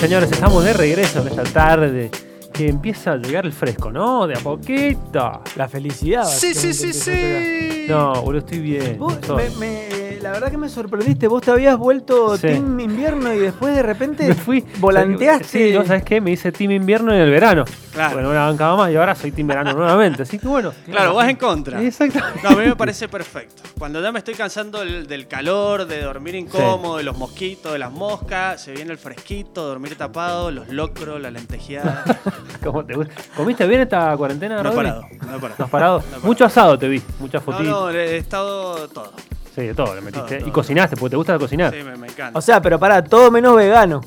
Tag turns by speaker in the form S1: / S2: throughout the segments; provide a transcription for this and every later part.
S1: señores, estamos de regreso en esta tarde que empieza a llegar el fresco, ¿no? De a poquito.
S2: La felicidad.
S3: Sí, sí,
S2: básicamente, empezó
S3: sí,
S2: a llegar.
S3: sí.
S1: No, boludo, estoy bien.
S2: Vos,
S1: estoy.
S2: me- me- la verdad que me sorprendiste. Vos te habías vuelto
S1: Sí.
S2: team invierno y después de repente
S1: Me fui.
S2: volanteaste.
S1: Sí, ¿no? ¿sabes qué? Me hice team invierno en el verano.
S3: Claro.
S1: Bueno, una bancaba más y ahora soy team verano nuevamente. Así que bueno.
S3: Claro, vas en contra.
S1: Exacto.
S3: No, a mí me parece perfecto. Cuando ya me estoy cansando del, del calor, de dormir incómodo, de los mosquitos, de las moscas, se viene el fresquito, dormir tapado, los locros, la lentejeada.
S1: ¿Cómo te gusta? ¿Comiste bien esta cuarentena,
S3: No he
S1: Rodri?
S3: parado, no he
S1: No has
S3: parado.
S1: parado.
S3: parado.
S1: Mucho asado te vi, muchas
S3: No,
S1: fotitos.
S3: no, he estado todo.
S1: Sí, de todo le metiste.
S3: Todo,
S1: Y
S3: todo.
S1: cocinaste, porque te gusta cocinar.
S3: Sí, me, me encanta.
S2: O sea, pero para todo menos vegano.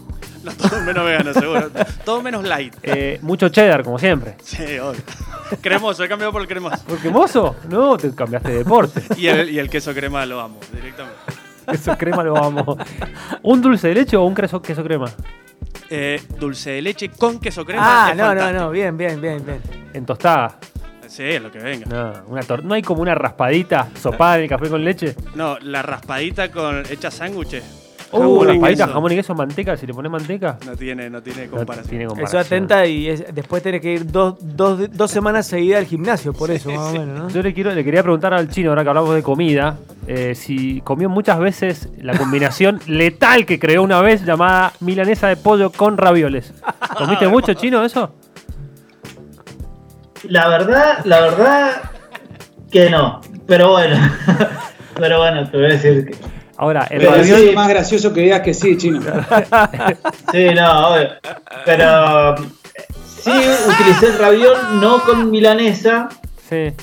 S3: No, todo menos vegano, seguro. Todo menos light.
S1: Eh, mucho cheddar, como siempre.
S3: Sí, obvio. Cremoso, he cambiado por el cremoso.
S1: Porque mozo, no, te cambiaste de deporte.
S3: Y el, y el queso crema lo amo, directamente.
S1: Queso crema lo amo. ¿Un dulce de leche o un queso, queso crema?
S3: Eh, dulce de leche con queso crema.
S2: Ah,
S3: es
S2: no, no,
S3: fantástico.
S2: no. Bien, bien, bien, bien.
S1: En tostada.
S3: Sí, lo que venga.
S1: No, una tor- no hay como una raspadita sopada en el café con leche.
S3: No, la raspadita con hecha sándwiches.
S1: Uh,
S3: Jamón y
S1: raspadita,
S3: queso.
S1: jamón y queso, manteca, si le pones manteca.
S3: No tiene, no tiene
S1: no
S3: comparación.
S1: tiene
S2: Eso
S1: comparación.
S2: atenta y es- después tenés que ir dos, dos, dos semanas seguidas al gimnasio, por eso, más o menos, ¿no?
S1: Yo le, quiero, le quería preguntar al chino, ahora que hablamos de comida, eh, si comió muchas veces la combinación letal que creó una vez llamada milanesa de pollo con ravioles. ¿Comiste mucho chino eso?
S4: La verdad, la verdad que no. Pero bueno. Pero bueno, te voy a decir que.
S1: Ahora, el
S4: Pero
S5: Pero
S1: raviol-
S4: sí.
S5: es más gracioso que digas que sí, chino.
S4: Sí, no, obvio. Pero. eh, Sí, utilicé el raviol, no con milanesa,
S1: Sí.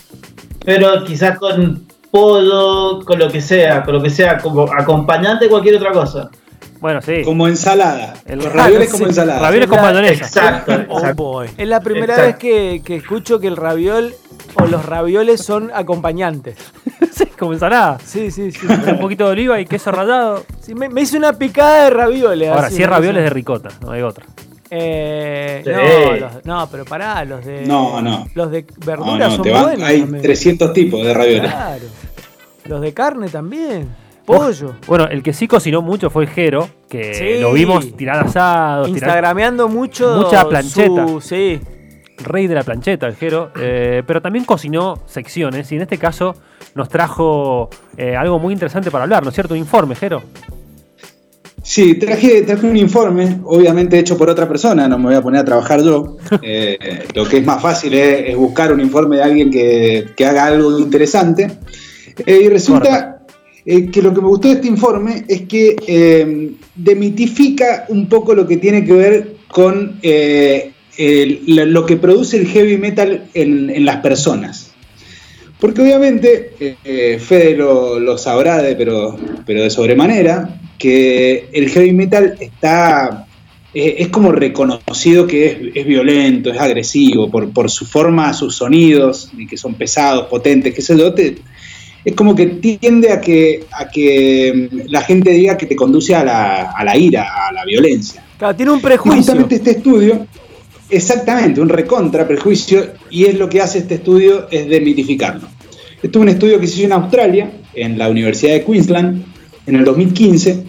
S4: pero quizás con pollo, con lo que sea, con lo que sea, como acompañante de cualquier otra cosa.
S1: Bueno, sí.
S5: Como ensalada.
S1: El-
S5: Los ravioles
S2: Ah,
S5: como
S2: sí.
S5: ensalada.
S1: Ravioles con
S2: Claro,
S1: mayonesa.
S4: Exacto,
S2: Oh
S4: exacto.
S2: boy. Es la primera
S4: Exacto.
S2: vez que, que escucho que el raviol o los ravioles son acompañantes.
S1: Sí, como ensalada.
S2: Sí, sí, sí.
S1: Un poquito de oliva y queso rallado.
S2: Sí, me, me hice una picada de ravioles.
S1: Ahora,
S2: así,
S1: si es
S2: me
S1: ravioles de
S2: hice-
S1: ricota, no hay otra.
S2: Eh,
S4: Sí.
S2: no, los- no, pero pará, los de.
S5: No, no.
S2: Los de
S5: No,
S2: verduras
S5: no,
S2: son
S5: te van-
S2: buenos.
S5: hay
S2: también.
S5: 300 tipos de ravioles.
S2: Claro. Los de carne también. Pollo.
S1: Bueno, el que sí cocinó mucho fue el Jero, que
S2: Sí.
S1: lo vimos tirar asados, tirar
S2: Instagrameando mucho.
S1: Mucha plancheta.
S2: su- sí.
S1: rey de la plancheta, el Jero, eh, pero también cocinó secciones y en este caso nos trajo eh, algo muy interesante para hablar, ¿no es cierto? Un informe, Jero.
S5: Sí, traje, traje un informe, obviamente hecho por otra persona, no me voy a poner a trabajar yo. Eh, lo que es más fácil es, es buscar un informe de alguien que, que haga algo interesante. Eh, y resulta eh, que lo que me gustó de este informe es que eh, demitifica un poco lo que tiene que ver con eh, el- la- lo que produce el heavy metal en- en las personas. Porque obviamente, eh, eh, Fede lo, lo sabrá, de- pero, pero de sobremanera, que el heavy metal está. eh, es como reconocido que es, es violento, es agresivo, por, por su forma, sus sonidos, y que son pesados, potentes, qué sé yo. te- es como que tiende a que, a que mm, la gente diga que te conduce a la, a la ira, a la violencia.
S2: Claro, tiene un
S5: Y
S2: prejuicio.
S5: justamente este estudio, exactamente, un recontra prejuicio, y es lo que hace este estudio es demitificarlo. Esto es un estudio que se hizo en Australia, en la Universidad de Queensland, en el 2015,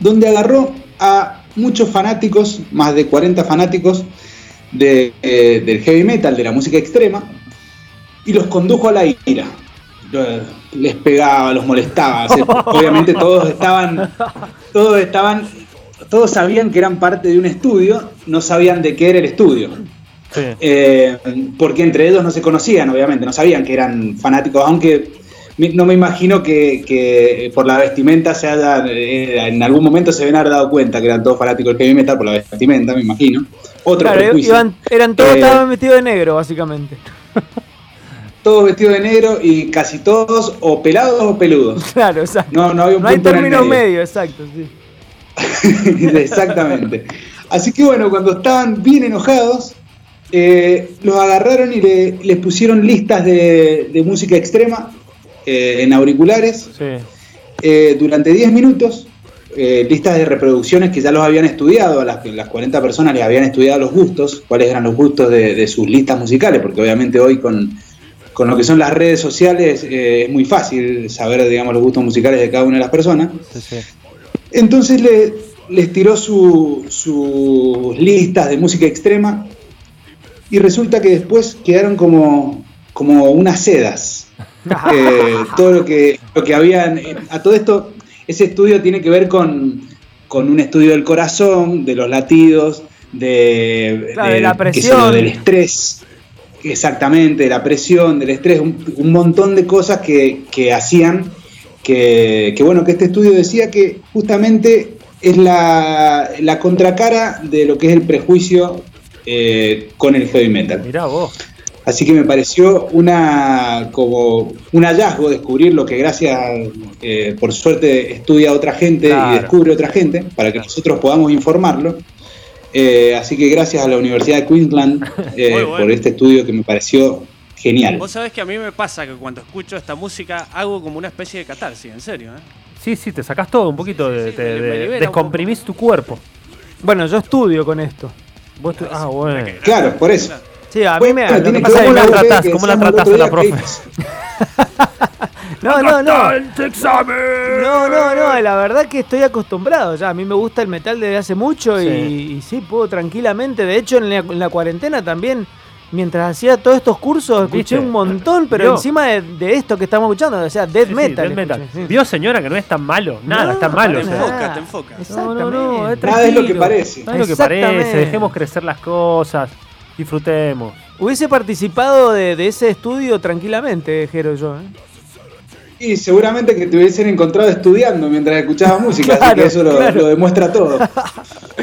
S5: donde agarró a muchos fanáticos, más de 40 fanáticos de, eh, del heavy metal, de la música extrema, y los condujo a la ira. Lo- Les pegaba, los molestaba. se- obviamente todos estaban, todos estaban, todos sabían que eran parte de un estudio, no sabían de qué era el estudio.
S1: Sí.
S5: Eh, porque entre ellos no se conocían, obviamente, no sabían que eran fanáticos, aunque me- no me imagino que, que por la vestimenta se haya, eh, en algún momento se ven haber dado cuenta que eran todos fanáticos del heavy metal por la vestimenta, me imagino. Otro
S2: Claro,
S5: prejuicio.
S2: iban- eran todos
S5: Eh,
S2: estaban vestidos de negro, básicamente.
S5: todos vestidos de negro y casi todos o pelados o peludos.
S2: Claro, exacto.
S5: No, no había un
S2: No hay
S5: punto en el
S2: término
S5: medio.
S2: medio, exacto, sí.
S5: Exactamente. Así que bueno, cuando estaban bien enojados, eh, los agarraron y le- les pusieron listas de, de música extrema eh, en auriculares
S1: Sí.
S5: eh, durante 10 minutos. eh, listas de reproducciones que ya los habían estudiado, a las, que las 40 personas les habían estudiado los gustos, cuáles eran los gustos de, de sus listas musicales, porque obviamente hoy con, con lo que son las redes sociales eh, es muy fácil saber, digamos, los gustos musicales de cada una de las personas.
S1: sí, sí.
S5: Entonces le, les tiró su- sus listas de música extrema y resulta que después quedaron como, como unas sedas. Eh, todo lo que, lo que habían. eh, A todo esto, ese estudio tiene que ver con, con un estudio del corazón, de los latidos, de,
S2: Claro, de la
S5: qué sé yo,
S2: presión.
S5: del estrés. Exactamente, de la presión, del estrés, un, un montón de cosas que, que hacían que, que, bueno, que este estudio decía que justamente es la, la contracara de lo que es el prejuicio eh, con el heavy metal.
S1: Mirá vos.
S5: Así que me pareció una como un hallazgo descubrir lo que gracias eh, por suerte estudia otra gente
S1: Claro.
S5: y descubre otra gente para que nosotros podamos informarlo. Eh, así que gracias a la Universidad de Queensland eh,
S3: Muy bueno.
S5: por este estudio que me pareció genial.
S3: Vos sabés que a mí me pasa que cuando escucho esta música hago como una especie de catarsis, en serio. ¿eh?
S1: Sí, sí, te sacás todo un poquito,
S3: Sí, sí,
S1: de,
S3: sí,
S1: te-
S3: me- me
S1: de-
S3: libera un
S1: descomprimís tu cuerpo.
S2: Bueno, yo estudio con esto.
S1: Vos tu- ah, bueno.
S5: Claro, por eso.
S2: Sí, a mí
S5: Bueno,
S2: me.
S5: tiene
S2: lo que
S5: que
S2: pasa
S5: ver
S2: es
S5: con
S1: ¿Cómo la
S5: la
S1: tratás?
S5: que
S1: ¿Cómo la
S5: decíamos
S1: tratás
S5: el
S1: a la
S5: otro día,
S1: profe?
S5: que-
S2: que- no, no, no.
S1: ¡Canta el examen!
S2: No, no, no, la verdad que estoy acostumbrado ya. A mí me gusta el metal desde hace mucho y,
S1: Sí.
S2: y sí, puedo tranquilamente. De hecho, en la, en la cuarentena también, mientras hacía todos estos cursos, escuché
S1: ¿Viste?
S2: un montón, pero
S1: Vio.
S2: encima de, de esto que estamos escuchando, o sea, death
S1: Sí, sí,
S2: metal.
S1: death metal.
S2: escuché, sí.
S1: Vio, señora, que no es tan malo. Nada,
S2: No,
S1: está malo.
S3: Te
S1: o sea.
S2: nada.
S3: enfoca, te enfoca.
S1: No, no, no.
S2: Exactamente.
S5: Nada es lo que
S1: tranquilo.
S5: parece.
S1: Nada es lo que
S2: Exactamente.
S1: parece. Dejemos crecer las cosas. Disfrutemos.
S2: Hubiese participado de, de ese estudio tranquilamente, Jero, yo. ¿eh?
S5: Y seguramente que te hubiesen encontrado estudiando mientras escuchabas música, así
S2: Claro,
S5: que eso lo-
S2: claro.
S5: lo demuestra todo.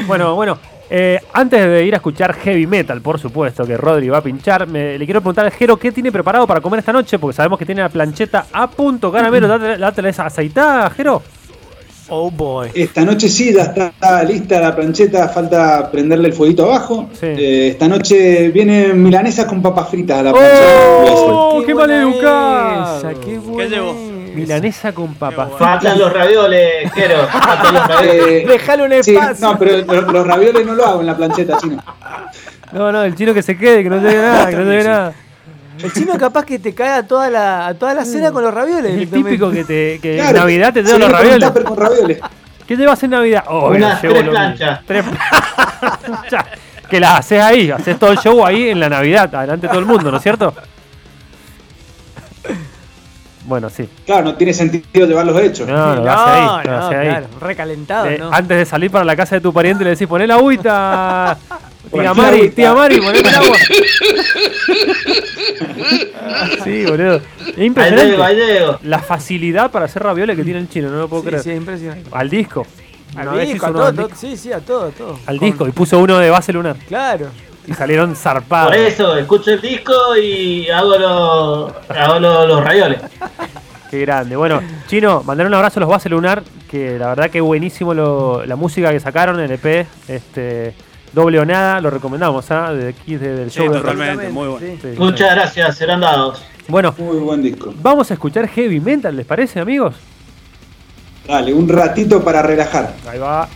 S1: Bueno, bueno. eh, antes de ir a escuchar heavy metal, por supuesto, que Rodri va a pinchar, me- le quiero preguntar al Jero qué tiene preparado para comer esta noche, porque sabemos que tiene la plancheta a punto. Caramelo, ¿la, la tenés aceitada, Jero?
S2: Oh boy.
S5: Esta noche sí, ya está, lista la plancheta, falta prenderle el fueguito abajo.
S1: Sí.
S5: Eh, esta noche vienen milanesas con papas fritas a la plancheta.
S1: ¡Oh! qué
S2: buena
S1: maleducado!
S2: esa, ¡Qué buena
S3: llevó?
S2: esa.
S1: Milanesa con papas.
S3: Qué
S2: oh,
S4: Faltan los ravioles, Jero. Faltan los ravioles.
S5: Eh,
S2: Dejale un
S5: sí,
S2: espacio.
S5: no, pero lo- los ravioles no lo hago en la plancheta, sino.
S1: No, no, el chino que se quede, que no lleve nada, que no lleve nada.
S2: El chino capaz que te cae a toda la, a toda la cena con los
S1: Es
S2: ravioles.
S1: Mm. el
S2: directamente.
S1: típico que, te, que Eh, en
S5: Claro,
S1: Navidad te
S5: se
S1: lleva los
S5: viene con un
S1: ravioles.
S5: tupper con ravioles.
S1: ¿Qué llevas en Navidad? Oh,
S4: Unas
S1: bueno, llevo
S4: tres
S1: lo mismo.
S4: planchas.
S1: Tres planchas. que las haces ahí, haces todo el show ahí en la Navidad, adelante todo el mundo, ¿no es cierto? Bueno, sí.
S5: Claro, no tiene sentido llevarlos hechos.
S1: No, lo haces ahí. lo haces ahí.
S2: claro, recalentado,
S1: Eh,
S2: Ah, ¿no?
S1: Antes de salir para la casa de tu pariente le decís, poné la agüita. Tía
S5: Poné
S1: Mari,
S5: agüita.
S1: tía Mari, poné el agua. sí, boludo. Es
S4: Ahí llego, ahí
S1: impresionante.
S4: llego.
S1: La facilidad para hacer ravioles que tiene el chino, no lo puedo
S2: Sí,
S1: creer.
S2: sí, impresionante.
S1: Al disco. Una
S2: Al
S1: vez
S2: disco,
S1: hizo
S2: a
S1: uno
S2: todo,
S1: al
S2: todo-
S1: disco.
S2: sí, sí, a todo, todo.
S1: al
S2: Con-
S1: disco y puso uno de base lunar
S2: Claro.
S1: y salieron zarpados.
S4: Por
S2: Ah,
S4: eso, escucho el disco y hago los, hago los, los ravioles.
S1: Qué grande. Bueno, Chino, mandar un abrazo a los base lunar, que la verdad que buenísimo lo- la música que sacaron, el EP, este, doble o nada, lo recomendamos, ¿ah? Desde aquí, desde el
S3: Sí,
S1: show de rock.
S3: totalmente, muy bueno.
S2: sí.
S1: Sí, sí.
S4: Muchas gracias, serán dados.
S1: Bueno,
S5: Muy buen disco.
S1: vamos a escuchar heavy metal, ¿les parece, amigos?
S5: Dale, un ratito para relajar.
S1: Ahí va.